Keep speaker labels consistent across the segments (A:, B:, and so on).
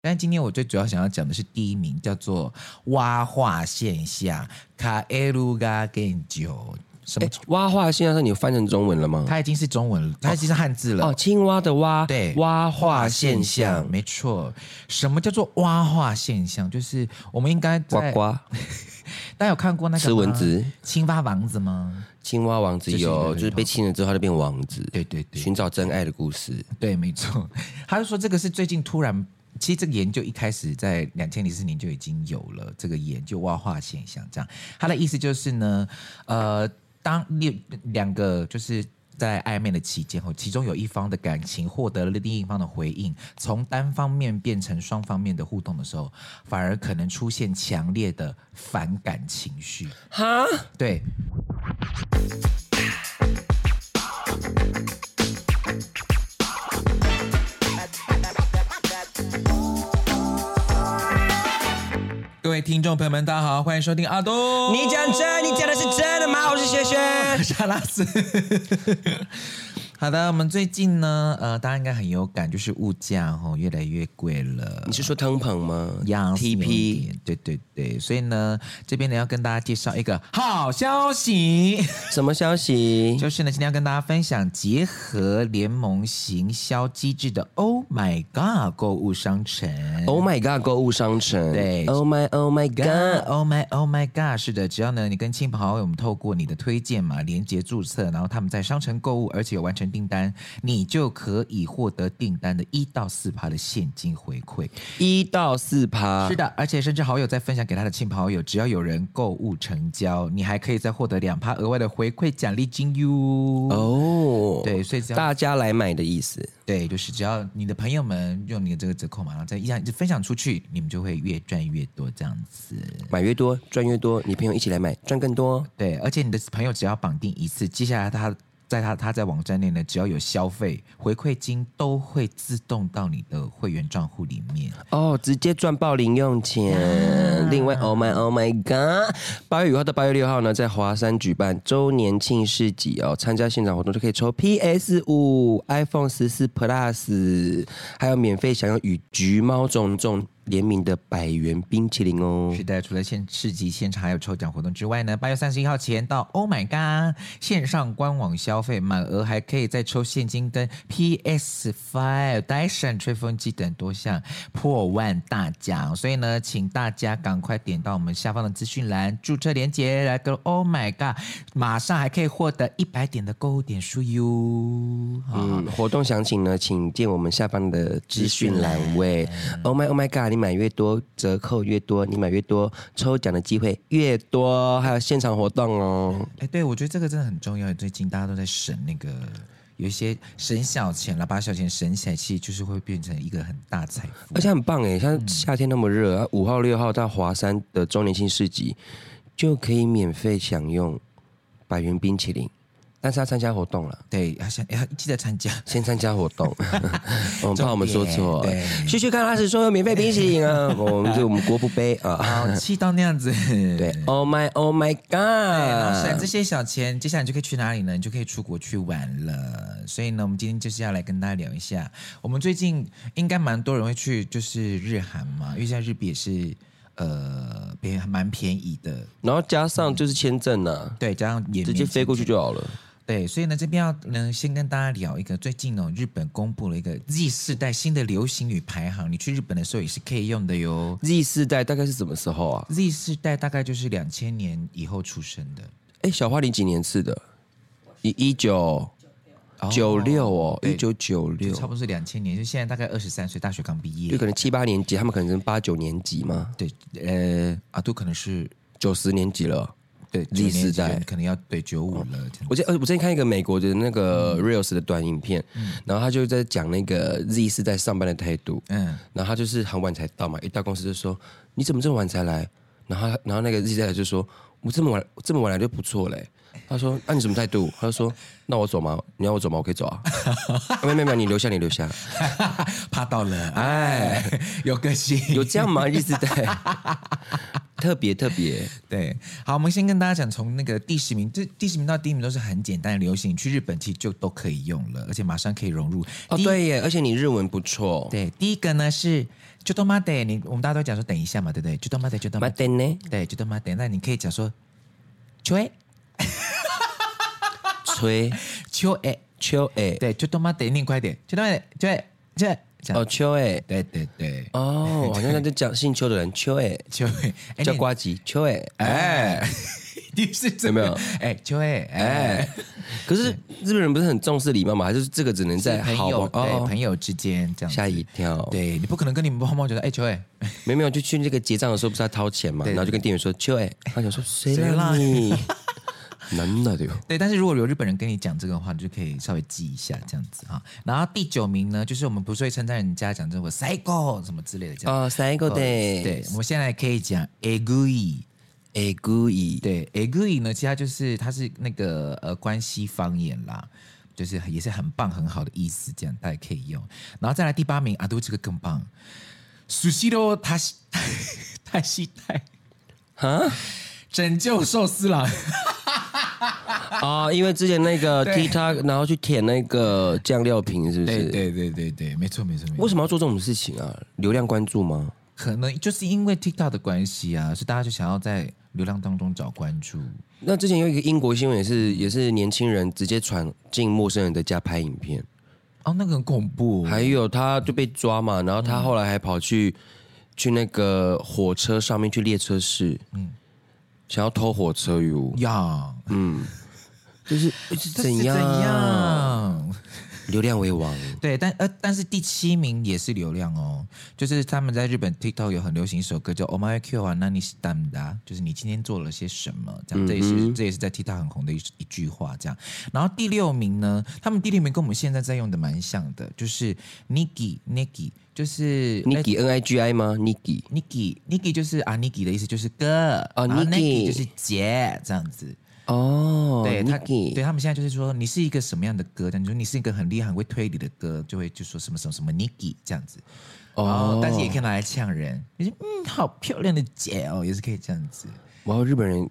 A: 但今天我最主要想要讲的是第一名，叫做蛙化现象卡埃鲁嘎跟九什么
B: 哎？，蛙化现象，你翻成中文了吗？
A: 它已经是中文了，它已经是汉字了。
B: 哦，青蛙的蛙，
A: 对，
B: 蛙化现象，
A: 没错。什么叫做蛙化现象？就是我们应该
B: 呱
A: 在
B: 呱，
A: 大家有看过那个
B: 吃蚊子，
A: 青蛙王子吗？
B: 青蛙王子
A: 这是一个
B: 有，
A: 人
B: 就是被亲了之后它就变王子，
A: 对对对，
B: 寻找真爱的故事。
A: 对，没错，他就说这个是最近突然，其实这个研究一开始在两千零四年就已经有了这个研究蛙化现象。这样，他的意思就是呢，呃，当六两个就是。在暧昧的期间后，其中有一方的感情获得了另一方的回应，从单方面变成双方面的互动的时候，反而可能出现强烈的反感情绪。
B: 哈，
A: 对，各位听众朋友们，大家好，欢迎收听阿东。
B: 你讲真，你讲的是真的吗？我是轩轩。
A: 沙拉斯。 好的，我们最近呢，呃，大家应该很有感，就是物价哦越来越贵了。
B: 你是说汤鹏吗
A: 样子有
B: ？TP
A: 点对对对，所以呢，这边呢要跟大家介绍一个好消息，
B: 什么消息？
A: 就是呢，今天要跟大家分享结合联盟行销机制的 Oh My God 购物商城。
B: Oh my god！购物商城，
A: 对
B: ，Oh my Oh my
A: God,
B: god！
A: oh my, oh my God！是的，只要呢，你跟亲朋好友们透过你的推荐嘛，连接注册，然后他们在商城购物，而且有完成订单，你就可以获得订单的一到四趴的现金回馈。
B: 一到四趴，
A: 是的，而且甚至好友再分享给他的亲朋好友，只要有人购物成交，你还可以再获得两趴额外的回馈奖励金哟。哦，
B: 哦，
A: 对，所以只要
B: 大家来买的意思。
A: 对，就是只要你的朋友们用你的这个折扣码，然后再一样就分享出去，你们就会越赚越多这样子。
B: 买越多赚越多，你朋友一起来买赚更多。
A: 对，而且你的朋友只要绑定一次，接下来他在他他在网站内呢，只要有消费回馈金都会自动到你的会员账户里面。
B: 哦，直接赚爆零用钱。另外，Oh my Oh my God，八月五号到八月六号呢，在华山举办周年庆市集哦，参加现场活动就可以抽 PS 五、iPhone 十四 Plus，还有免费享用与橘猫种种联名的百元冰淇淋哦。
A: 是的，除了现市集现场还有抽奖活动之外呢，八月三十一号前到 Oh My God 线上官网消费，满额还可以再抽现金跟 PS Five、Dyson 吹风机等多项破万大奖。所以呢，请大家赶快点到我们下方的资讯栏注册链接来跟 Oh My God，马上还可以获得一百点的购物点数哟。好，
B: 嗯，活动详情呢，请见我们下方的资讯栏位。Oh my Oh my God！你买越多，折扣越多；你买越多，抽奖的机会越多，还有现场活动哦。
A: 哎，对，我觉得这个真的很重要。最近大家都在省那个，有一些省小钱啦，把小钱省起来，其实就是会变成一个很大财富
B: 而。且很棒哎，
A: 嗯
B: 像夏天那么热，啊五、号、六号到华山的周年庆市集就可以免费享用百元冰淇淋，但是要参加活动了。
A: 对，要想要记得 参加。
B: 先参加活 动，我们怕我们说
A: 重
B: 错
A: 点。
B: 旭旭看他是说有免费冰淇淋啊，我们就我们国不杯啊。
A: 好，气到那样子。
B: 对，Oh 嗯 my Oh my
A: 然后省
B: God！
A: 这些小钱，接下来你就可以去哪里呢？你就可以出国去玩了。所以呢，我们今天就是要来跟大家聊一下，我们最近应该蛮多人会去，就是日韩嘛，因为现在日币也是呃，便还蛮便宜的。
B: 然后加上就是签证呢，
A: 对，加上也
B: 直接飞过去就好了。
A: 对，所以呢，这边要呢先跟大家聊一个，最近哦，日本公布了一个 Z 世代新的流行语排行，你去日本的时候也是可以用的哟。
B: Z 世代大概是什么时候啊？
A: Z 世代大概就是两千年以后出生的，
B: 哎，小花你几年次的？你一九九六哦，一
A: 对
B: 九九
A: 就
B: 六，
A: 差不多是两千年，就现在大概二十三岁，大学刚毕
B: 就
A: 业。
B: 可能七八年级，他们可能八九年级嘛，
A: 对，呃，啊，都可能是
B: 九十年级了。
A: 对
B: Z 世代
A: 九年级可能要对九五了。这样
B: 我之前呃我之前看一个美国的那
A: 嗯
B: 个 reels 的短影片，然后他就在讲那个 Z 世代上班的态度，
A: 嗯，
B: 然后他就是很晚才到嘛，一到公司就说你怎么这么晚才来？然后他然后那个 Z 世代就说我这么晚这么晚来就不错嘞。他说：“啊那、你什么态度？”他就说：“那我走吗？你要我走吗？我可以走啊。 没有没有没有，你留下，你留 下。
A: 怕到了，哎，有个性，
B: 有这样吗？Z 世代特别特别，
A: 对，好，我们先跟大家讲，从那个第十名，这第十名到第一名都是很简单的流行，你去日本其实就都可以用了，而且马上可以融入。
B: 哦，
A: 第一
B: 对耶，而且你日文不错，
A: 对，第一个呢是 j o d o m a d e 你我们大家都讲说等一下嘛，对不对 j o d o m a d e j o d o m
B: 马
A: a d
B: 德呢？
A: e 对 j o d o m a d e 那你可以讲说 “choe
B: 吹
A: choe”，
B: 秋诶，
A: 对 j o d o m a d e 念快点 j o d o m a d e j o e 这样，
B: 哦秋诶，
A: 对对对，
B: 哦， 好像在讲姓邱的人，秋诶，
A: 秋哎
B: 叫
A: 你
B: 瓜吉，秋诶，
A: 哎， 你是真
B: 有没有？
A: 哎秋哎哎，
B: 可是日本人不是很重视礼貌吗？还是这个只能在
A: 是朋
B: 好
A: 友
B: 网
A: 对
B: 哦
A: 朋友之间这样子
B: 吓一跳，
A: 对你不可能跟你们泡泡觉得哎，秋哎，
B: 没有没有，就去那个结账的时候不是要掏钱嘛，
A: 对
B: 然后就跟店员说秋诶，他想说谁
A: 谁啦
B: 啦你，男的 哟，
A: 对，但是如果有日本人跟你讲这个的话，你就可以稍微记一下这样子哈。然后第九名呢，就是我们不是会称赞人家讲这个 psycho 什么之类的这样。
B: 哦，三个的，
A: 对，我们现在可以讲 egui，
B: 诶，故意
A: 对 egui 呢，其实它就是它是那个呃关西方言啦，就是也是很棒很好的意思，这样大家可以用。然后再来第八名，啊，都这个更棒，sushiro 他 西他西代
B: 哈。
A: 拯救寿司郎。
B: 哦，因为之前那个 TikTok，然后去舔那个酱料瓶，是不是？
A: 对对对对对，没错没错没错。
B: 为什么要做这种事情啊？流量关注吗？
A: 可能就是因为 TikTok 的关系啊，所以大家就想要在流量当中找关注。
B: 那之前有一个英国新闻，也是也是年轻人直接闯进陌生人的家拍影片，
A: 哦，那个很恐怖，
B: 还有他就被抓嘛，然后他后来还跑去、去那个火车上面去列车室，嗯，想要偷火车油，
A: 呀，
B: 就是是
A: 哎这是
B: 怎样？
A: 怎样？
B: 流量为王，
A: 对，但呃，但是第七名也是流量哦，就是他们在日本 TikTok 有很流行一首歌叫《Oh My Q 啊 n a n i s t a m d a 就是你今天做了些什么？这样，这也是、这也是在 TikTok 很红的一一句话。这样，然后第六名呢，他们第六名跟我们现在在用的蛮像的，就是 Niki Niki，就是
B: 你 i N I G I 吗？你 i
A: Niki Niki 就是啊 Niki 的意思就是哥，
B: 哦
A: 然后
B: Niki
A: 就是姐这样子。
B: 哦，
A: 对他，
B: Niki
A: 对他们现在就是说你是一个什么样的哥，这样就说你是一个很厉害、很会推理的哥，就会就说什么什么什么 Niki 这样子。哦，但是也可以拿来呛人，就是嗯，好漂亮的姐哦，也是可以这样子。
B: 哇，日本人，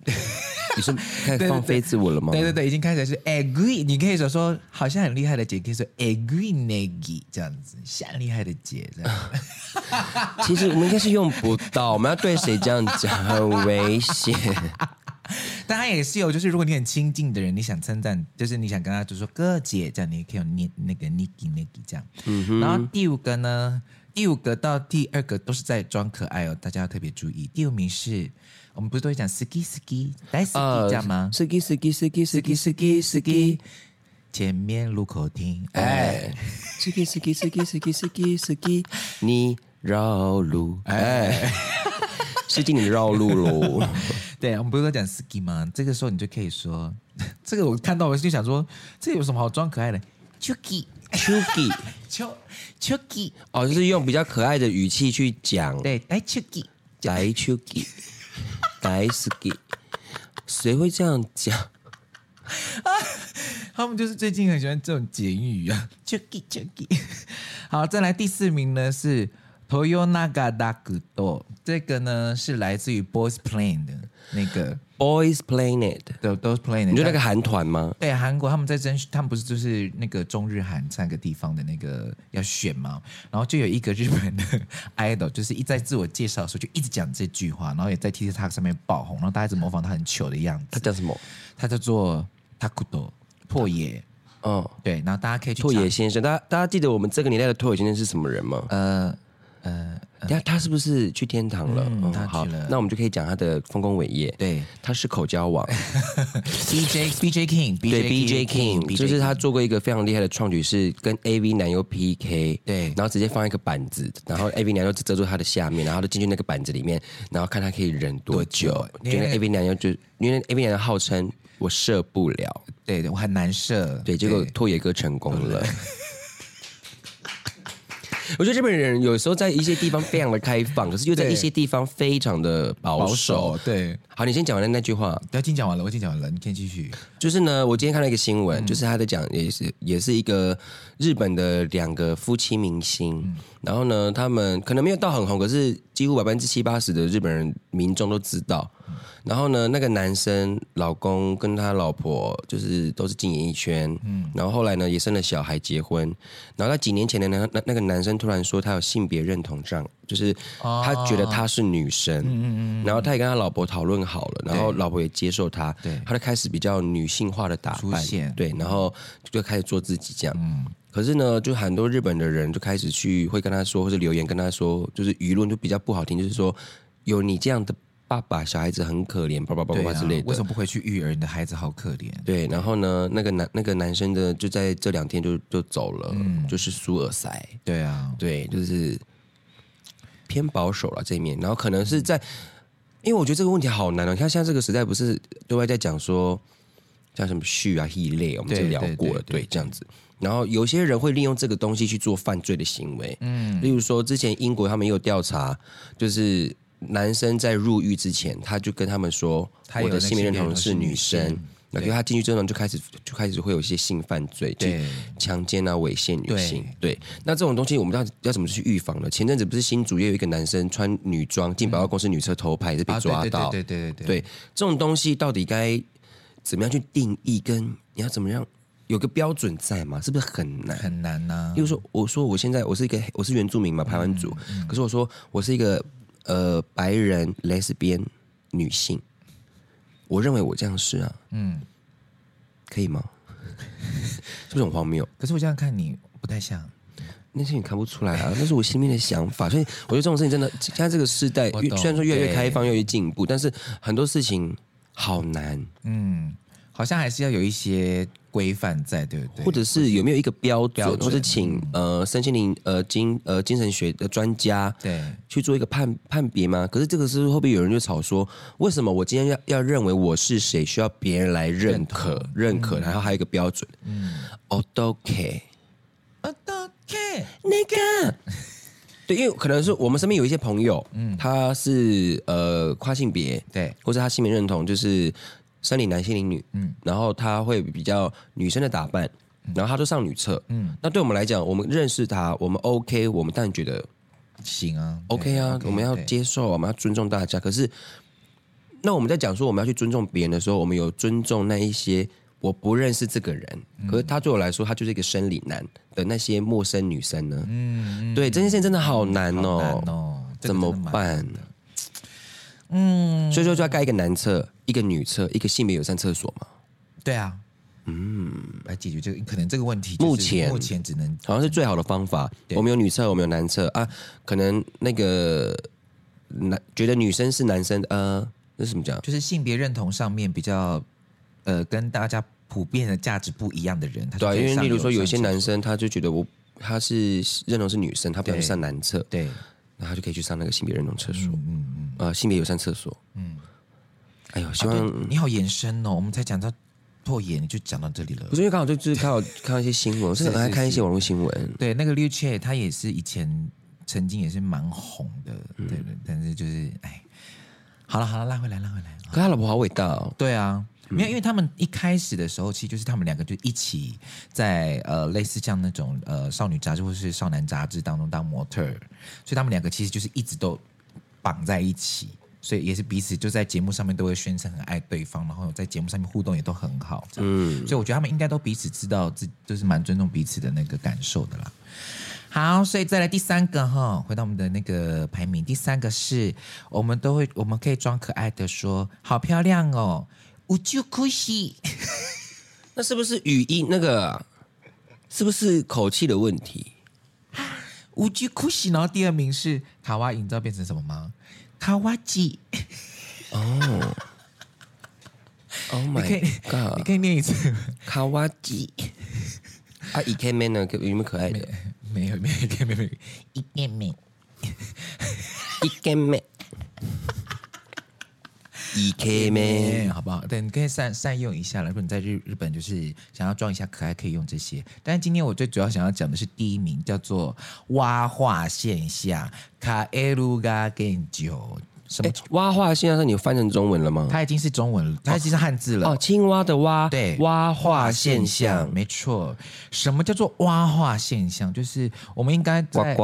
B: 你是开始放飞自我了吗？
A: 对对对，已经开始是 agree，你可以说说好像很厉害的姐，可以说 agree negi 这样子，像厉害的姐这样。
B: 其实我们应该是用不到，我们要对谁这样讲很危险。
A: 但他也是有，就是如果你很亲近的人，你想称赞，就是你想跟他就说哥姐这样，你也可以用你那个 Niki Niki 这样。然后第五个呢，第五个到第二个都是在装可爱哦，大家要特别注意。第五名是我们不是都会讲 ski ski 来 ski 这样吗
B: ？ski ski ski ski ski ski
A: ？ski 前面路口听，哎，
B: 哎，ski ski ski ski ski ski，你 绕路 哎，是今你绕路 喽。
A: 对，我们不是都讲 ski 吗？这个时候你就可以说， 这个我看到我就想说，这有什么好装可爱的？Chucky
B: Chucky，
A: Chu Chucky，
B: 哦，就是用比较可爱的语气去讲，
A: 对，来 Chucky。
B: 来 Chucky，来 ski，谁会这样讲？
A: 他们就是最近很喜欢这种简语啊 c h u k y c h u k y 好，再来第四名呢是 Toyonaga Dakudo，这个呢是来自于 Boys Plane 的那个
B: Boys Planet，
A: 的 Boys Plane 的。
B: 你说那个韩团吗？
A: 对韩国他们在争，他们不是就是那个中日韩三个地方的那个要选嘛，然后就有一个日本的 idol，就是一在自我介绍的时候就一直讲这句话，然后也在 TikTok 上面爆红，然后大家一直模仿他很糗的样
B: 他
A: 子。
B: 叫什么？
A: 他叫做 Takudo 破野，
B: 哦，
A: 对，然后大家可以去
B: 拓
A: 查
B: 野先生，大家大家记得我们这个年代的拓野先生是什么人吗？
A: 呃，
B: 等下他是不是去天堂了？
A: 嗯
B: 哦
A: 他去
B: 好
A: 了，
B: 那我们就可以讲他的丰功伟业。，
A: 对
B: 他是口交 王，
A: ，B J B J King，
B: 对 B J King，就是他做过一个非常厉害的创举，是跟 A V 男优 P K，
A: 对
B: 然后直接放一个板子，然 后 A V 男优就遮住他的下面，然后就进去那个板子里面，然后看他可以忍多久。
A: 多久
B: 就那 A V 男优就因为 A V 男优号称我射不了，
A: 对对，我很难射，
B: 对，结果拓野哥成功了。 我觉得日本人有时候在一些地方非常的开放，可是又在
A: 对
B: 一些地方非常的保守。
A: 保守对。
B: 好，你先讲完那句话。
A: 不要已经讲完了，我已经讲完了，你可以继续。
B: 就是呢，我今天看到一个新闻，就是他在讲，也是也是一个日本的两个夫妻明星，然后呢，他们可能没有到很红，可是几乎百分之七八十的日本人民众都知道。然后呢，那个男生老公跟他老婆就是都是进演艺圈，嗯，然后后来呢也生了小孩结婚，然后他几年前的那那那个男生突然说他有性别认同障，就是
A: 哦
B: 他觉得他是女生， 嗯嗯嗯，然后他也跟他老婆讨论好了，然后老婆也接受他，
A: 对
B: 他就开始比较女性化的打扮，
A: 出现嗯
B: 对，然后就开始做自己这样。可是呢，就很多日本的人就开始去会跟他说，或者留言跟他说，就是舆论就比较不好听，就是说有你这样的爸爸，小孩子很可怜，叭叭叭叭
A: 对
B: 叭
A: 啊
B: 之类的。
A: 为什么不回去育儿？你的孩子好可怜。
B: 对，然后呢，那个男那个男生的就在这两天就就走了，
A: 嗯
B: 就是苏尔塞，
A: 对啊，
B: 对，就是偏保守了这一面，然后可能是在，因为我觉得这个问题好难哦。你看现在这个时代，不是对外在讲说像什么序啊、异类，我们之前
A: 对
B: 聊
A: 对
B: 过
A: 对
B: 了，
A: 对
B: 对，这样子。然后有些人会利用这个东西去做犯罪的行为，嗯，例如说之前英国他们也有调查，就是男生在入狱之前，他就跟他们说
A: 他有
B: 我的
A: 那
B: 性别
A: 性
B: 认
A: 别认
B: 同
A: 同
B: 是
A: 是
B: 女
A: 女
B: 生
A: 生，
B: 那就
A: 对
B: 他进去之后呢就开始就开始会有一些性犯罪，去
A: 对
B: 强奸啊、猥亵女性。对，那这种东西我们要要怎么去预防呢？前阵子不是新竹也有一个男生穿女装进百货公司女车偷拍，也是被
A: 啊，对
B: 抓
A: 对
B: 到。
A: 对对对
B: 对这种东西到底该怎么样去定义，跟你要怎么样有个标准在嘛？是不是很难？
A: 很难啊嗯呐、
B: 例如说，我说我现在我是一个我是原住民嘛，排湾族，可是我说我是一个呃白人 lesbian 女性，我认为我这样是啊，
A: 嗯，
B: 可以吗？ 是不是很荒谬？
A: 可是我这样看你不太像，
B: 那些你看不出来啊，那是我心里面的想法。所以我觉得这种事情真的，现在这个时代
A: 我
B: 越
A: 懂
B: 虽然说越来越
A: 对
B: 开放、越来越进步，但是很多事情好难，
A: 嗯，好像还是要有一些规范在，对不对？
B: 或者是有没有一个标准，
A: 标准嗯
B: 或者请呃身心灵呃精呃精神学的专家
A: 对
B: 去做一个判判别吗？可是这个时候会不会有人就吵说，为什么我今天要要认为我是谁，需要别人来认可认可，然后还有一个标准，嗯，OK。啊
A: ，OK，
B: 那个。 对，因为可能是我们身边有一些朋友，嗯，他是呃跨性别，
A: 对
B: 或者他性别认同就是生理男、性理女，嗯
A: 嗯，
B: 然后他会比较女生的打扮，然后他都上女厕，嗯
A: 嗯，
B: 那对我们来讲，我们认识他，我们 OK，我们当然觉得
A: 行啊
B: OK
A: 对
B: 啊，我们要
A: 对
B: 接受，我们要尊重大家。可是，那我们在讲说我们要去尊重别人的时候，我们有尊重那一些我不认识这个人，可是他对我来说，他就是一个生理男的那些陌生女生呢？嗯，对，这件事情真的好难
A: 好
B: 哦，
A: 难哦，这个
B: 怎么
A: 真的蛮
B: 办？嗯，所以说就要盖一个男厕，一个女厕，一个性别友善厕所嘛。
A: 对啊，嗯，来解决这个可能这个问题就是，
B: 目前
A: 目前只能
B: 好像是最好的方法。
A: 对
B: 我们有女厕，我们有男厕啊。可能那个男觉得女生是男生的，呃，那怎么讲？
A: 就是性别认同上面比较呃跟大家普遍的价值不一样的人，他就
B: 对啊、
A: 可以
B: 因为
A: 上
B: 例如说有
A: 上
B: 一些
A: 厕
B: 男
A: 所
B: 生他就觉得我他是认同是女生，他不想去
A: 对
B: 上男厕，
A: 对，
B: 那他就可以去上那个性别认同厕所，
A: 嗯嗯嗯。
B: 啊，性别友善厕所。嗯，哎呦，希
A: 啊
B: 望、
A: 对你好延伸哦，我们才讲到破眼，你就讲到这里了
B: 不。是因为刚好就就是看到看到一些新闻，我是很爱看一些网络新闻。
A: 对，那个 Liu c h e 他也是以前曾经也是蛮红的，
B: 嗯
A: 对对，但是就是哎，好了好了，拉回来拉回来。
B: 可他老婆好伟大哦，
A: 对啊，没有，因为他们一开始的时候，其实就是他们两个就一起在呃类似像那种呃少女杂志或是少男杂志当中当模特儿，所以他们两个其实就是一直都绑在一起。所以也是彼此就在节目上面都会宣称很爱对方，然后在节目上面互动也都很好，嗯，所以我觉得他们应该都彼此知道自就是蛮尊重彼此的那个感受的啦。好，所以再来第三个哈，回到我们的那个排名，第三个是我们都会，我们可以装可爱的说，好漂亮哦，我就可惜，
B: 那是不是语音那个啊是不是口气的问题？
A: 我就可惜。然后第二名是卡哇伊，你知道变成什么吗？ 卡哇基，
B: Oh
A: 你可以
B: my，
A: 你
B: god！
A: 可以念一次，
B: 卡哇基啊，以 K man 呢？有没有可爱的？
A: 没有没有没有没有没有，一点没。
B: 一 K man， E K 咩？
A: 好不好？对，你可以善善用一下了。如果你在日日本就是想要装一下可爱，可以用这些。但是今天我最主要想要讲的是第一名，叫做蛙化现象卡埃鲁嘎更久。什么？
B: 哎蛙化现象，你有翻成中文了吗？
A: 它已经是中文了，它已经是汉字了。
B: 哦，青蛙的蛙，
A: 对
B: 蛙化现象，
A: 没错。什么叫做蛙化现象？就是我们应该
B: 呱
A: 在
B: 呱，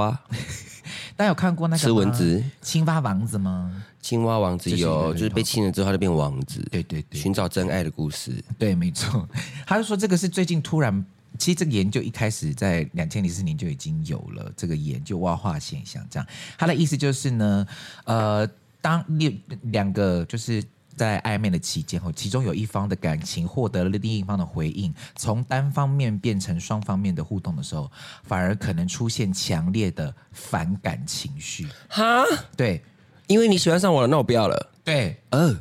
A: 大家有看过那个
B: 吃蚊
A: 吗
B: 子
A: 青蛙王子吗？
B: 青蛙王子
A: 这是一个
B: 有，
A: 人
B: 就是被亲了之后他就变王子，
A: 对对对，
B: 寻找真爱的故事。
A: 对，没错，他就说这个是最近突然。其实这个研究一开始在两千零四年就已经有了这个研究蛙化现象，这样他的意思就是呢，呃，当两两个就是在暧昧的期间后，其中有一方的感情获得了另一方的回应，从单方面变成双方面的互动的时候，反而可能出现强烈的反感情绪。
B: 哈，
A: 对
B: 因为你喜欢上我了，那我不要了。
A: 对，
B: 呃，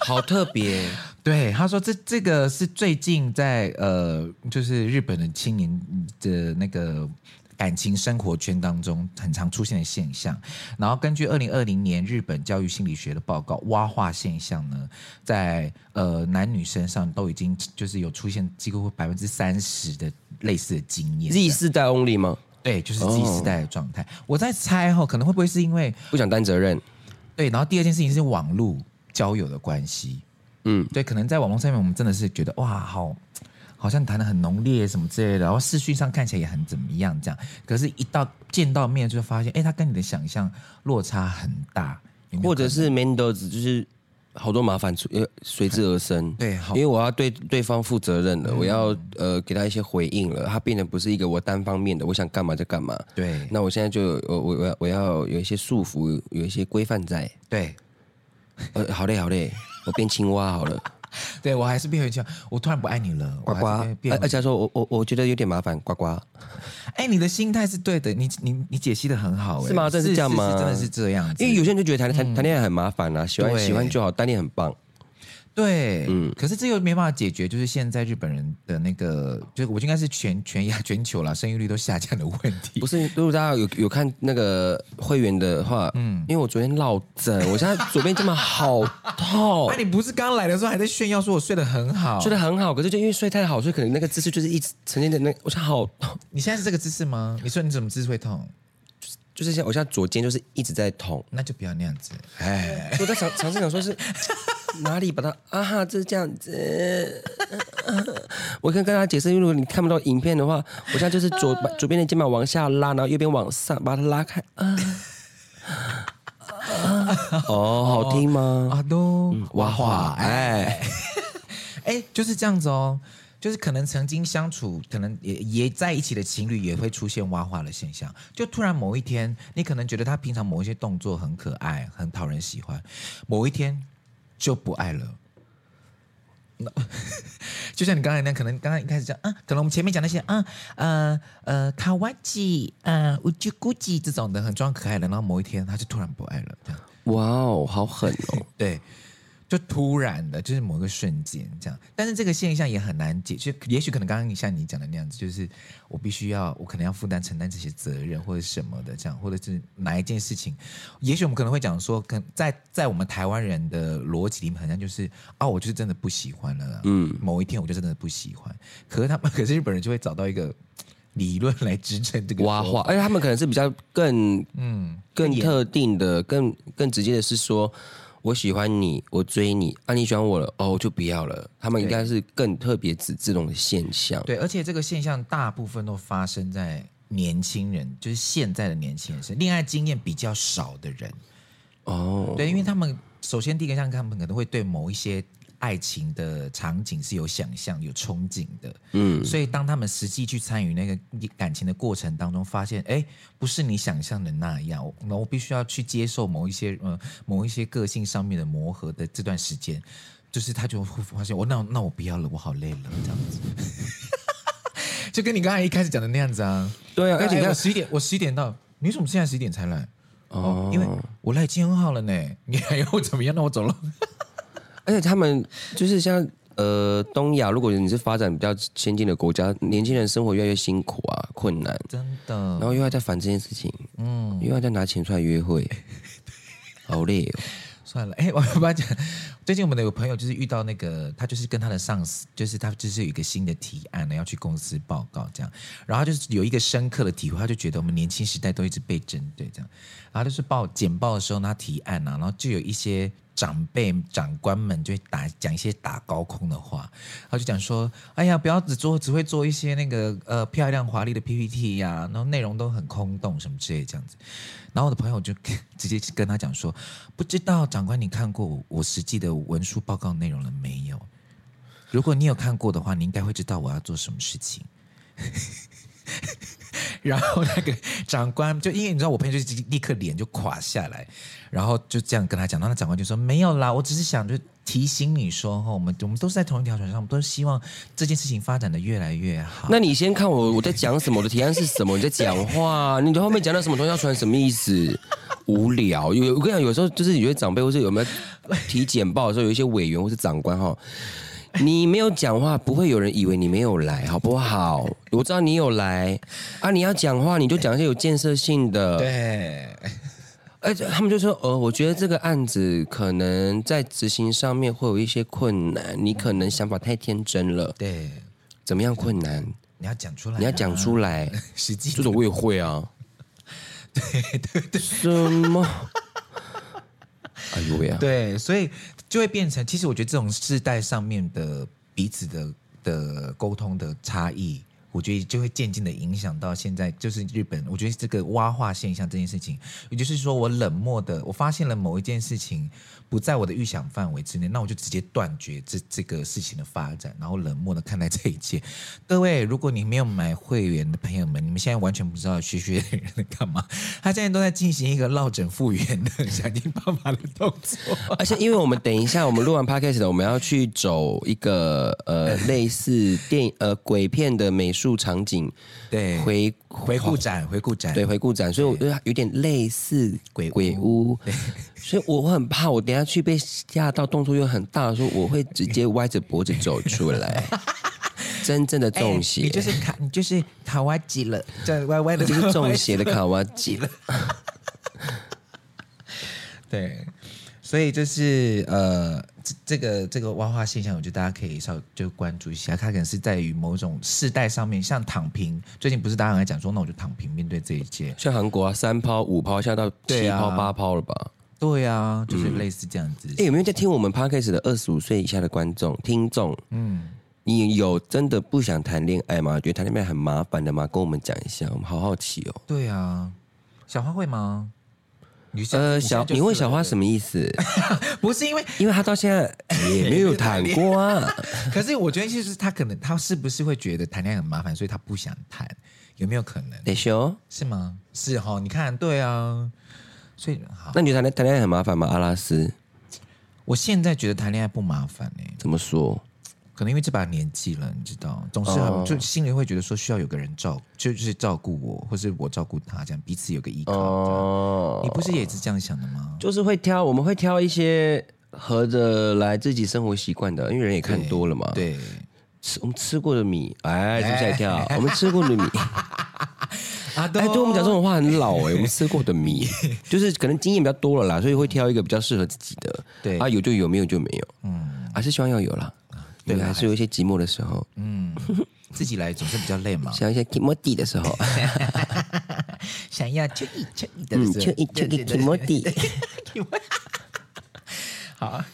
B: 好特别，
A: 对，他说这这个是最近在呃，就是日本的青年的那个感情生活圈当中很常出现的现象。然后根据二零二零年日本教育心理学的报告，蛙化现象呢，在呃男女身上都已经就是有出现几乎百分之三十的类似的经验。
B: Z 世代 only 吗？
A: 对，就是 Z 时代的状态。我在猜哦哈、可能会不会是因为
B: 不想担责任。
A: 对，然后第二件事情是网络交友的关系。
B: 嗯，
A: 对，可能在网络上面，我们真的是觉得哇，好，好像谈的很浓烈什么之类的，然后视讯上看起来也很怎么样这样，可是，一到见到面就发现，哎，他跟你的想象落差很大，有没有
B: 或者是 Mendoz 就是好多麻烦随呃随之而生。
A: 对好嗯
B: 因为我要对对方负责任了，我要呃给他一些回应了，他变得不是一个我单方面的，我想干嘛就干嘛。
A: 对
B: 那我现在就有我我我要我要有一些束缚，有一些规范在。
A: 对
B: 呃，好累好累， 我变青蛙好了，
A: 对，我还是变回去，我突然不爱你了，
B: 呱
A: 我
B: 呱。呃
A: 还是
B: 而
A: 变
B: 而且他说我我我觉得有点麻烦，呱呱。
A: 哎，你的心态是对的，你你你解析的很好，哎
B: 呃是吗真的
A: 是
B: 是这样吗
A: 是真的是这样子，
B: 因为有些人就觉得谈谈谈恋爱很麻烦啊，喜欢
A: 对
B: 喜欢就好，单恋很棒。
A: 对，
B: 嗯
A: 可是这又没办法解决，就是现在日本人的那个，就是我觉得应该是全全亚全球啦，生育率都下降的问题
B: 不。是，如果大家有有看那个会员的话，嗯，因为我昨天落枕，我现在左边肩膀好痛
A: 那、，啊你不是刚来的时候还在炫耀说我睡得很好？
B: 睡得很好，可是就因为睡太好，所以可能那个姿势就是一直呈现的那， 我现在好痛，
A: 你现在是这个姿势吗？你说你怎么姿势会痛？
B: 就是像我现在左肩就是一直在 痛，
A: 那就不要那样子。哎，
B: 我在尝尝试想 说是哪里把它啊哈，就是这样子。 我跟跟大家解释，因为如果你看不到影片的话，我现在就是 左把左边的肩膀往下拉，然后右边往上把它拉开。 啊啊哦，好听吗？
A: 阿东
B: 哇哇，哎，
A: 哎，就是这样子哦。就是可能曾经相处，可能也也在一起的情侣也会出现蛙化的现象。就突然某一天，你可能觉得他平常某一些动作很可爱，很讨人喜欢，某一天就不爱了。那 就像你刚才那样，可能刚刚一开始讲啊，可能我们前面讲那些啊，呃呃，卡哇吉，呃，乌吉咕吉这种的很装可爱的，然后某一天他就突然不爱了，这样。
B: 哇哦，好 狠哦！
A: 对，就突然的，就是某个瞬间这样。但是这个现象也很难解，就也许可能刚刚像你讲的那样子，就是我必须要，我可能要负担承担这些责任或者什么的这样，或者是哪一件事情，也许我们可能会讲说，可能在在我们台湾人的逻辑里面，好像就是啊，我就是真的不喜欢了啦，嗯，某一天我就真的不喜欢。可是他们，可 是日本人就会找到一个理论来支撑这个
B: 挖
A: 说
B: 话，哎而且他们可能是比较更
A: 嗯，
B: 更特定的、更更直接的是说，我喜欢你，我追你，啊，你喜欢我了，哦，我就不要了。他们应该是更特别指这种的现象。
A: 对，而且这个现象大部分都发生在年轻人，就是现在的年轻人身上，恋爱经验比较少的人。
B: 哦，
A: 对，因为他们首先第一个像他们可能会对某一些爱情的场景是有想象、有憧憬的，
B: 嗯，
A: 所以当他们实际去参与那个感情的过程当中，发现哎，不是你想象的那样，我那我必须要去接受某一些呃某一些个性上面的磨合的这段时间，就是他就会发现我那那我不要了，我好累了这样子。 就跟你刚才一开始讲的那样子啊，
B: 对啊，而
A: 而
B: 且
A: 且
B: 你
A: 我
B: 看，
A: 十一点，我十一点到，你怎么现在十一点才来？
B: 哦
A: 哦，因为我来已经很好了呢， 你还要我怎么样？那我走了。
B: 而且他们就是像呃东亚，如果你是发展比较先进的国家，年轻人生活越来越辛苦啊，困难，
A: 真
B: 然
A: 的，
B: 嗯 后又要再烦这件事情，嗯，又要再拿钱出来约会，好累哦。
A: 算了，哎、 我要不要讲？最近我们的有朋友就是遇到那个，他就是跟他的上司，就是他就是有一个新的提案呢，要去公司报告这样，然后他就是有一个深刻的体会，他就觉得我们年轻时代都一直被针对这样，然后就是报简报的时候，他提案啊，然后就有一些。长辈、长官们就会打讲一些打高空的话，他就讲说：“哎呀，不要只做，只会做一些那个呃漂亮华丽的 PPT 呀、然后内容都很空洞什么之类这样子。”然后我的朋友就 直接跟他讲说：“不知道长官，你看过我我实际的文书报告内容了没有？如果你有看过的话，你应该会知道我要做什么事情。”然后那个长官就因为你知道，我朋友就立刻脸就垮下来，然后就这样跟他讲，然后那长官就说：“没有啦，我只是想就提醒你说，哈，我们我们都是在同一条船上，我们都希望这件事情发展的越来越好。”
B: 那你先看我我在讲什么，我的提案是什么，你在讲话，你的后面讲到什么东西要传什么意思？无聊，有有我跟你讲，有时候就是有些长辈或是有没有体检报的时候，有一些委员或是长官哈，你没有讲话，不会有人以为你没有来，好不好？我知道你有来啊，你要讲话你就讲一些有建设性的，
A: 对，
B: 而且他们就说，呃，我觉得这个案子可能在执行上面会有一些困难，你可能想法太天真了。
A: 对，
B: 怎么样困难？
A: 你要讲出来啊、
B: 你要讲出来。
A: 实际
B: 这种我也会啊。对对对。什么？哎呦喂啊！
A: 对，所以就会变成，其实我觉得这种世代上面的彼此的的沟通的差异，我觉得就会渐渐的影响到现在，就是日本，我觉得这个蛙化现象这件事情，也就是说我冷漠的，我发现了某一件事情不在我的预想范围之内，那我就直接断绝这这个事情的发展，然后冷漠的看待这一切。各位，如果你没有买会员的朋友们，你们现在完全不知道学学人在干嘛，他现在都在进行一个落枕复原的 想尽办法的动作。
B: 而且因为我们等一下，我们录完 podcast 的，我们要去走一个呃类似电影呃鬼片的美术场景
A: 对，
B: 哎回
A: 回顾展，回顾展，
B: 对，回顾展，所以我觉得有点类似
A: 鬼屋
B: 鬼屋，哎 所以我很怕，我等一下去被吓到，动作又很大的时候，我会直接歪着脖子走出 来，真正的
A: 哎，
B: 中邪，
A: 你就是卡，你就是卡哇吉了，这歪歪的，
B: 这是中邪的卡哇基了。
A: 对，所以就是呃，这这个这个蛙化现象，我觉得大家可以稍就关注一下，它可能是在于某种世代上面，像躺平，最近不是大家很爱讲说，那我就躺平面对这一切，
B: 像韩国啊，三抛五抛，现在到
A: 对
B: 七
A: 啊
B: 抛八抛了吧？
A: 对啊，就是类似这样子，
B: 哎、有没有在听我们 podcast 的二十五岁以下的观众听众？
A: 嗯，
B: 你有真的不想谈恋爱吗？觉得谈恋爱很麻烦的吗？跟我们讲一下，我们好好奇哦。
A: 对啊，小花会吗？你现
B: 呃，小你问小花什
A: 么？
B: 么意思？
A: 不是因为
B: 因为他到现 在也没有谈过啊。
A: 可是我觉得就是他可能他是不是会觉得谈恋爱很麻烦，所以他不想谈，有没有可能？
B: 得修，
A: 是吗？是哈、你看对啊，所以好，
B: 那你觉得谈恋谈恋爱很麻烦吗？阿拉斯
A: 我现在觉得谈恋爱不麻烦哎、
B: 怎么说？
A: 可能因为这把年纪了，你知道，总是很、
B: 哦
A: 就心里会觉得说需要有个人照，就是照顾我，或是我照顾他，这样彼此有个依靠。
B: 哦
A: 你，不是也是这样想的吗？
B: 就是会挑，我们会挑一些合着来自己生活习惯的，因为人也看多了嘛。，
A: 对，
B: 吃我们吃过的米，哎，是不是在跳？我们吃过 的米，
A: 啊，对
B: 哎，对我们讲这
A: 说，
B: 种话很老哎、我们吃过的米，就是可能经验比较多了啦，所以会挑一个比较适合自己的。
A: 对
B: 啊，有就有，没有就没有，
A: 嗯啊
B: 还是希望要有啦。
A: 对
B: 对，
A: 啦
B: 还是有一些寂寞的时候，
A: 嗯， 自己来总是比较累嘛，
B: 想一些 k i m o d i 的时候，
A: 想要就一就一的
B: 嗯，
A: 是
B: 就一
A: 对
B: 就一
A: 对
B: k
A: 对
B: i m o d i
A: 好啊，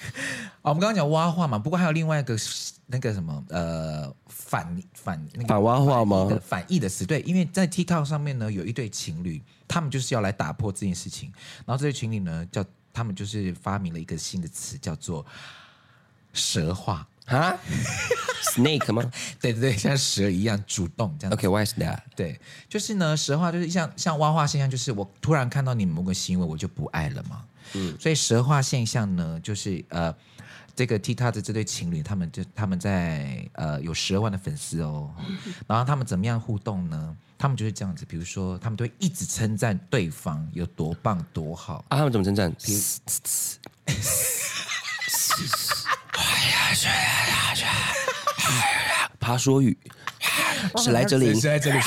A: 好我们刚刚讲蛙化嘛，不过还有另外一个是那个什么呃反反那个
B: 反蛙化吗
A: 反义 的反义的词，对，因为在 TikTok 上面呢，有一对情侣，他们就是要来打破这件事情。然后这对情侣呢，叫他们就是发明了一个新的词，叫做蛇化。
B: 啊，snake 吗
A: 对对对，像蛇一样主动这样子。
B: ？OK，why、is that？
A: 对，就是呢，蛇化就是像像蛙化现象，就是我突然看到你某个行为，我就不爱了嘛。嗯，所以蛇化现象呢，就是呃，这个 TikTok 的这对情侣，他们就他们在呃有十二万的粉丝 哦，然后他们怎么样互动呢？他们就是这样子，比如说他们都会一直称赞对方有多棒多好，
B: 啊，他们怎么称 赞？哎爬说语，史莱哲林，
A: 哦是来这里，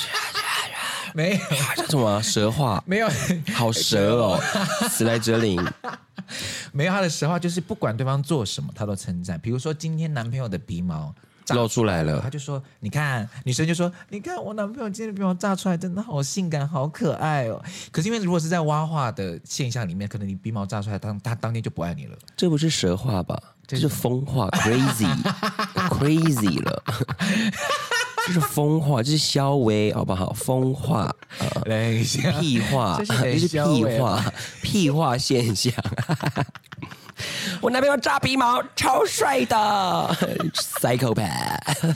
A: 没有
B: 叫什么啊蛇话？
A: 没有。
B: 好蛇哦，史莱哲林，
A: 没有他的实话就是不管对方做什么，他都称赞。比如说今天男朋友的鼻毛炸
B: 露出来了
A: 他，就说：“你看，女生就说，你看我男朋友今天的鼻毛炸出来，真的好性感，好可爱哦。”可是因为如果是在挖话的现象里面，可能你鼻毛炸出来，当他当天就不爱你了。
B: 这不是蛇话吧？这是疯话，crazy，crazy 了，这是疯话，这是肖威好不好？疯话，呃
A: 等一下，
B: 屁话，
A: 这是
B: 这
A: 很
B: 是
A: 肖
B: 屁
A: 伟
B: 话，屁话现象。 我男朋友炸鼻毛，超 帅的，psychopath。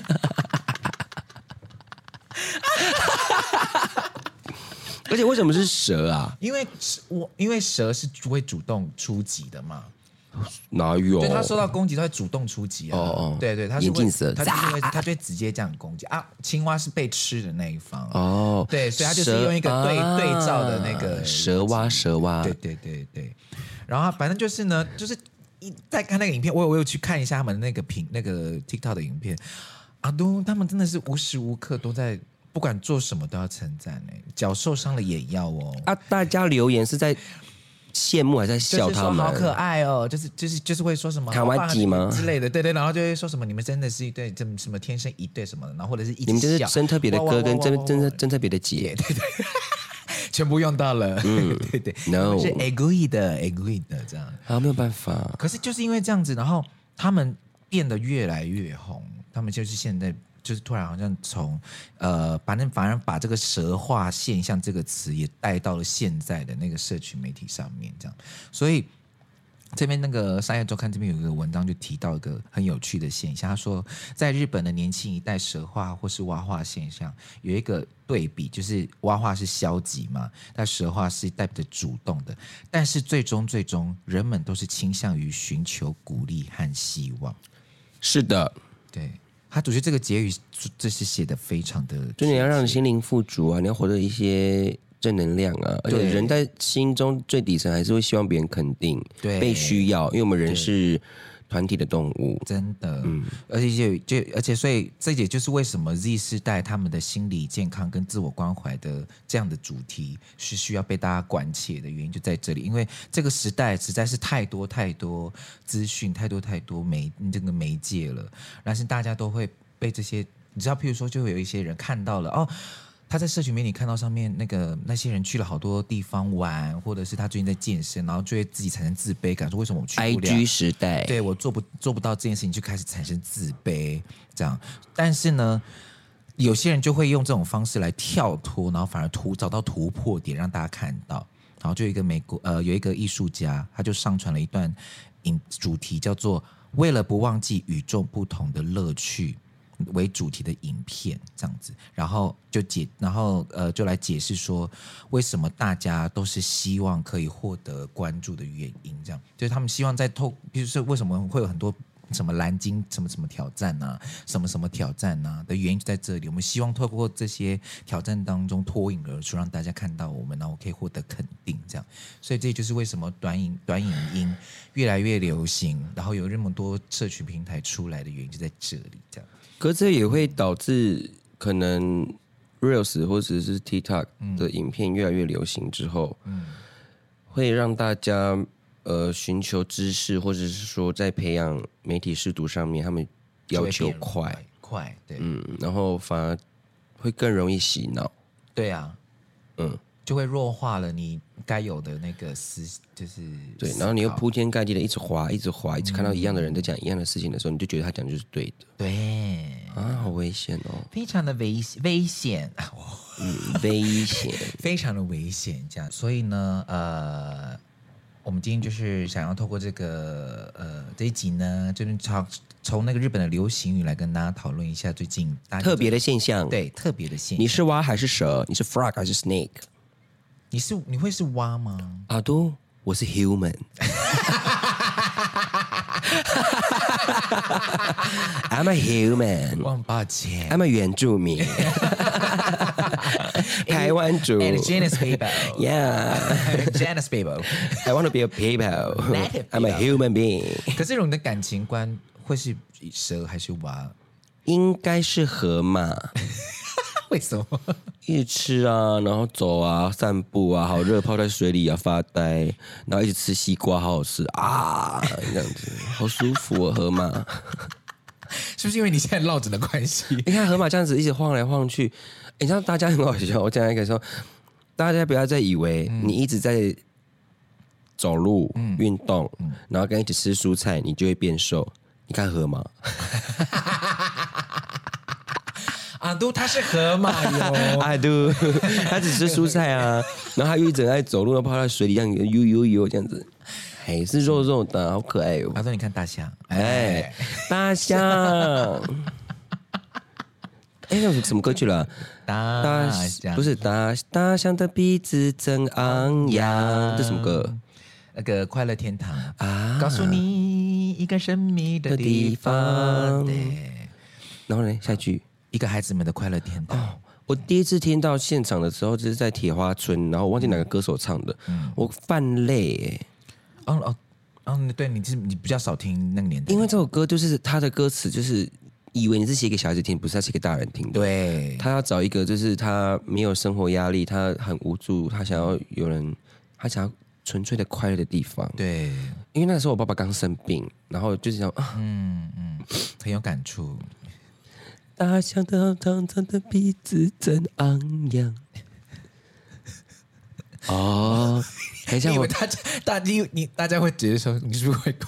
B: 而且为什么是蛇啊？
A: 因为是我因为蛇是会主动出击的嘛，
B: 哪有？
A: 对，它受到攻击，它会主动出击啊。
B: 哦哦
A: 对对，它是
B: 眼
A: 会
B: 镜蛇
A: 它就是会它就会直接这样攻击啊。青蛙是被吃的那一方
B: 哦，
A: 对，所以它就是
B: 蛇
A: 用一个对、
B: 啊
A: 对照的那个
B: 蛇蛙，蛇蛙
A: 对，对对对。然后它反正就是呢，就是一在看那个影片，我有我有去看一下他们那个评那个 TikTok 的影片，阿东他们真的是无时无刻都在。不管做什么都要称赞哎，脚受伤了也要哦。
B: 啊！大家留言是在羡慕还是在
A: 就
B: 笑
A: 是
B: 他
A: 说
B: 们？
A: 好可爱哦，就是就是就是会说什么
B: 卡哇伊吗
A: 好棒啊之类的，对对，然后就会说什么你们真的是一对，这么什么天生一对什么的，然后或者是一起
B: 你们就是
A: 笑
B: 真特别的
A: 哇哇
B: 哥
A: 哇
B: 跟
A: 哇哇
B: 真嗯
A: 哇
B: 真真特别的姐，
A: 全部用到了， 对对
B: No
A: 是 a g r e e 的 a g r e e 的这样。
B: 啊，没有办法，
A: 可是就是因为这样子，然后他们变得越来越红，他们就是现在就是突然好像从呃，反正反而把这个蛇化现象这个词也带到了现在的那个社群媒体上面，这样，所以。这边那个商业周刊这边有一个文章就提到一个很有趣的现象，他说在日本的年轻一代蛇化或是蛙化现象有一个对比，就是蛙化是消极嘛，但蛇化是代表着主动的，但是最终最终人们都是倾向于寻求鼓励和希望。
B: 是的，
A: 对他，主角这个结语这是写的非常的，
B: 就你要让你心灵富足啊，你要获得一些正能量啊。而且
A: 对
B: 人在心中最底层还是会希望别人肯定，
A: 对
B: 被需要，因为我们人是团体的动物。
A: 真的，而且就就而且所以这也就是为什么 Z 世代他们的心理健康跟自我关怀的这样的主题是需要被大家关切的原因就在这里，因为这个时代实在是太多太多资讯，太多太多媒这个媒介了，但是大家都会被这些，你知道，譬如说就会有一些人看到了哦。他在社群媒体看到上面那个那些人去了好多地方玩，或者是他最近在健身，然后就会自己产生自卑感，说为什么我去不了
B: IG 时代，
A: 对我做不做不到这件事情，就开始产生自卑，这样。但是呢，有些人就会用这种方式来跳脱，然后反而突找到突破点，让大家看到。然后就有一个美国呃有一个艺术家，他就上传了一段影主题叫做“为了不忘记与众不同的乐趣”为主题的影片，这样子，然后就解，然后呃就来解释说为什么大家都是希望可以获得关注的原因，这样就是他们希望在透，比如说为什么会有很多。什么蓝鲸什么什么挑战呐、什么什么挑战呐、的原因就在这里。我们希望透过这些挑战当中脱颖而出，让大家看到我们，然后可以获得肯定，这样。所以这就是为什么短影短影音越来越流行，然后有那么多社群平台出来的原因就在这里，这样。
B: 可这也会导致可能 Reels 或者是 TikTok
A: 嗯
B: 的影片越来越流行之后，会让大家呃寻求知识，或者是说在培养媒体视读上面，他们要求
A: 就会变
B: 快，
A: 快，对、
B: 嗯，然后反而会更容易洗脑。
A: 对啊，
B: 嗯
A: 嗯，就会弱化了你该有的那个思，就是
B: 对，
A: 思
B: 然后你又
A: 考
B: 铺天盖地的一直滑，一直滑，一直看到一样的人在讲一样的事情的时候，你就觉得他讲的就是对的
A: 对，
B: 啊，好危险哦，
A: 非常的危危险，
B: 嗯，危险。
A: 非常的危险，这样。所以呢，呃，我们今天就是想要透过这个呃这一集呢，就是从从那个日本的流行语来跟大家讨论一下最近大家
B: 特别的现象，，
A: 对特别的现
B: 你
A: 象。
B: 是蛙还是蛇？你是 frog 还是 snake？
A: 你是你会是蛙吗？
B: 阿都，我是 human。I'm a human.
A: 我很抱歉。
B: I'm a 原住 民，台湾族。
A: And Janice Bieber,
B: Yeah,
A: Janice Bieber。
B: I want to be a people.
A: Native
B: I'm a
A: people.
B: human being.
A: 可是你的感情观会是蛇还是蛙？
B: 应该是河马。
A: 为什么？
B: 一直吃啊，然后走啊，散步啊，好热，泡在水里啊，发呆，然后一直吃西瓜，好好吃啊， 这样子好舒服哦，河马。
A: 是不是因为你现在落枕的关系？
B: 你看河马这样子一直晃来晃去，诶你知道大家很好笑。我讲一个说，大家不要再以为你一直在走路、运动，然后跟一起吃蔬菜，你就会变瘦。你看河马，
A: 啊，都它是河马 哟。
B: 阿杜，啊他只吃蔬菜 啊，然后他又一整爱走路，然后泡在水里，这样游游游这样子，还是肉肉的，好可爱哦。
A: 他说：“你看大象，哎，
B: 哎，大象，哎，那什么歌曲了？
A: 大
B: 大
A: 象
B: 不是大大象的鼻子真昂扬，这什么歌？
A: 那个快乐天堂
B: 啊
A: 啊，告诉你一个神秘的地
B: 的地方
A: 方，对，
B: 然后呢，下一句。哦
A: 一个孩子们的快乐天堂。
B: 我第一次听到现场的时候，就是在铁花村，然后我忘记哪个歌手唱的，我犯泪、哎
A: 哦哦哦，对，你是你比较少听那个年代，
B: 因为这首歌就是他的歌词，就是以为你是写给小孩子听，不是他写给大人听的。
A: 对
B: 他要找一个就是他没有生活压力，他很无助，他想要有人，他想要纯粹的快乐的地方。
A: 对，
B: 因为那时候我爸爸刚生病，然后就是想啊，
A: 嗯嗯，很有感触。
B: 大象的长长的鼻子真昂扬。 哦，等一下
A: 因
B: 我
A: 为大家大家因为你大家会觉得说你是不是会哭？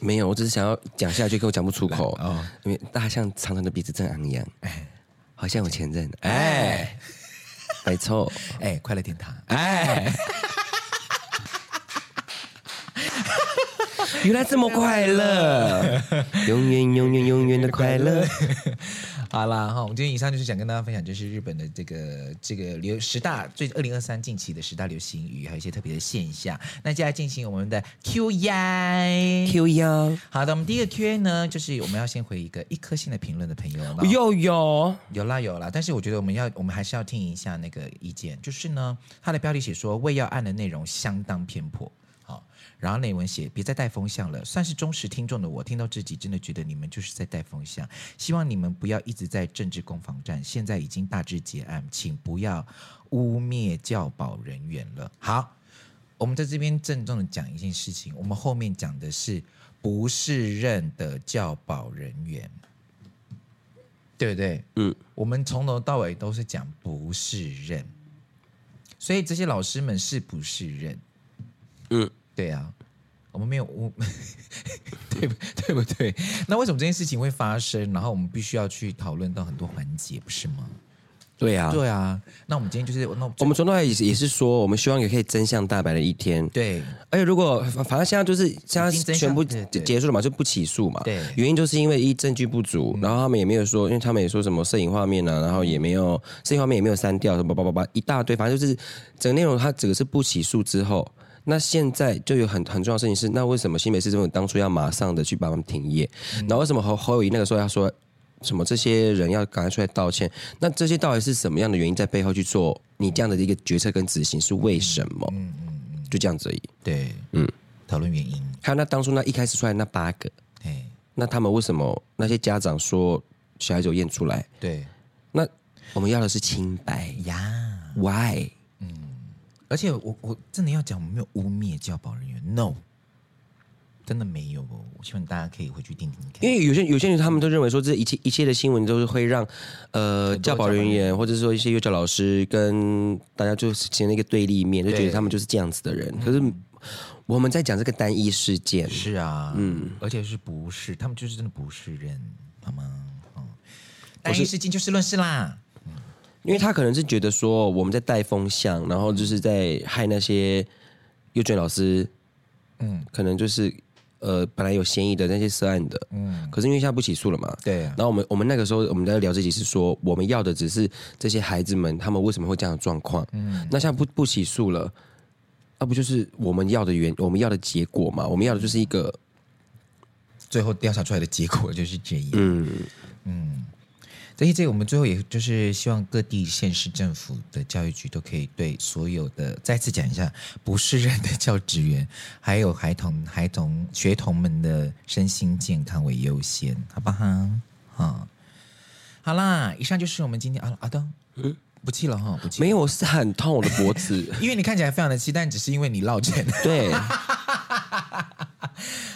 B: 没有，我只是想要讲下去，可我讲不出口。
A: 哦
B: 因为大象长长的鼻子真昂扬，好像我前任。 哎，
A: 哎
B: 没错。
A: 哎，快乐天堂，
B: 哎，原来这么快 乐，永远永远永远的 快乐。
A: 好啦哈，我们今天以上就是想跟大家分享，就是日本的这个这个流十大最二零二三近期的十大流行语，还有一些特别的现象。那接下来进行我们的 Q&A。
B: Q 幺
A: 好的，我们第一个 Q&A 呢，就是我们要先回一个一颗星的评论的朋友。然后
B: 又有
A: 有啦有啦，但是我觉得我们要，我们还是要听一下那个意见。就是呢，它的标题写说“胃药案”的内容相当偏颇，好，然后内文写“别再带风向了”，算是忠实听众的我，听到这集真的觉得你们就是在带风向。希望你们不要一直在政治攻防战，现在已经大致结案，请不要污蔑教保人员了。好，我们在这边郑重的讲一件事情，我们后面讲的是不是认的教保人员，对不对？我们从头到尾都是讲不是认，所以这些老师们是不是认？
B: 嗯
A: 嗯，对啊，我们没有我， 对不对不对？那为什么这件事情会发生？然后我们必须要去讨论到很多环节，不是吗？
B: 对呀、啊，
A: 对啊，那我们今天就是那
B: 我们从头到尾也是说，我们希望也可以真相大白的一天。
A: 对
B: 而且如果反反正现在就是现在
A: 已经真相
B: 全部
A: 对对
B: 结束了嘛，就不起诉嘛。
A: 对嗯
B: 原因就是因为一证据不足，然后他们也没有说，因为他们也说什么摄影画面啊，然后也没有摄影画面也没有删掉，什么叭叭叭一大堆，反正就是整个内容它整个是不起诉之后。那现在就有很很重要的事情是，那为什么新北市政府当初要马上的去把他们停业？然后为什么侯侯友谊那个时候要说什么这些人要赶快出来道歉？那这些到底是什么样的原因在背后去做你这样的一个决策跟执行是为什么？
A: 嗯
B: 就这样子而已。
A: 对，嗯，讨论原因，
B: 还有那当初那一开始出来那八个，
A: 哎，
B: 那他们为什么那些家长说小孩子有验出来？
A: 对
B: 那我们要的是清白
A: 呀。
B: ，Why？
A: 而且我我真的要讲，我没有污蔑教保人员，no，真的没有哦。我希望大家可以回去听听看。
B: 因为有些有些人他们都认为说这一切一切的新闻都是会让呃
A: 很多
B: 教保人
A: 教保
B: 员或者说一些幼教老师跟大家就形成一个对立面，就觉得他们就是这样子的人。可是我们在讲这个单一事件，
A: 是啊，嗯，而且是不是他们就是真的不是人，好吗？嗯，单一事件就事论事啦。
B: 因为他可能是觉得说我们在带风向，然后就是在害那些幼卷老师，嗯
A: 嗯，
B: 可能就是呃本来有嫌疑的那些涉案的，嗯，可是因为现在不起诉了嘛，
A: 对啊
B: 然，后我们我们那个时候我们在聊这集是说我们要的只是这些孩子们他们为什么会这样的状况，嗯，那现在不不起诉了，那、不就是我们要的原我们要的结果嘛？我们要的就是一个
A: 最后调查出来的结果就是这样。嗯嗯，所以这个我们最后也就是希望各地县市政府的教育局都可以对所有的再次讲一下，不是认的教职员，还有孩童、孩童嗯学童们的身心健康为优先，好不好？啊、好啦，以上就是我们今天啊阿东，不气了哈，不气了
B: 没，有，是很痛我的脖 子。
A: 因为你看起来非常的气，但只是因为你落枕。
B: 对，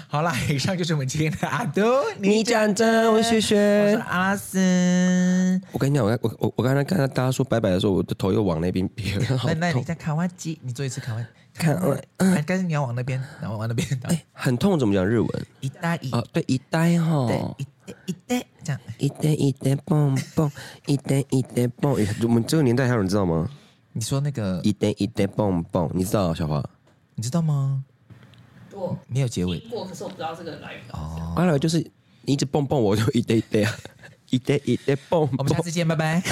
A: 好啦，以上就是我们今天的阿东，
B: 你讲真，我
A: 哦
B: 学
A: 我是啊
B: 学。
A: 阿拉斯。
B: 我跟你讲，我我我我刚才看到大家说拜拜的时候，我的头又往那边偏，好
A: 那那你
B: 痛，
A: 在卡哇基，你做一次卡哇
B: 卡哇
A: 但但是你要往那边，然后往那边，然后
B: 很痛，怎么讲日文？
A: 一大一
B: 哦，对，一呆
A: 对
B: 哈，
A: 一带一带这样，
B: 一呆一呆蹦蹦，一呆一呆蹦。哎我们这个年代还有人知道吗？
A: 你说那个
B: 一呆一呆蹦蹦，你知道啊小华？
A: 你知道吗？
C: 我
A: 没有结尾
C: 听过，可是我不知道这个来源。
A: 哦。
B: 后 来就是你一直蹦蹦，我就一呆一呆啊，一呆一呆蹦
A: 我们下
B: 蹦。
A: 次见，拜拜。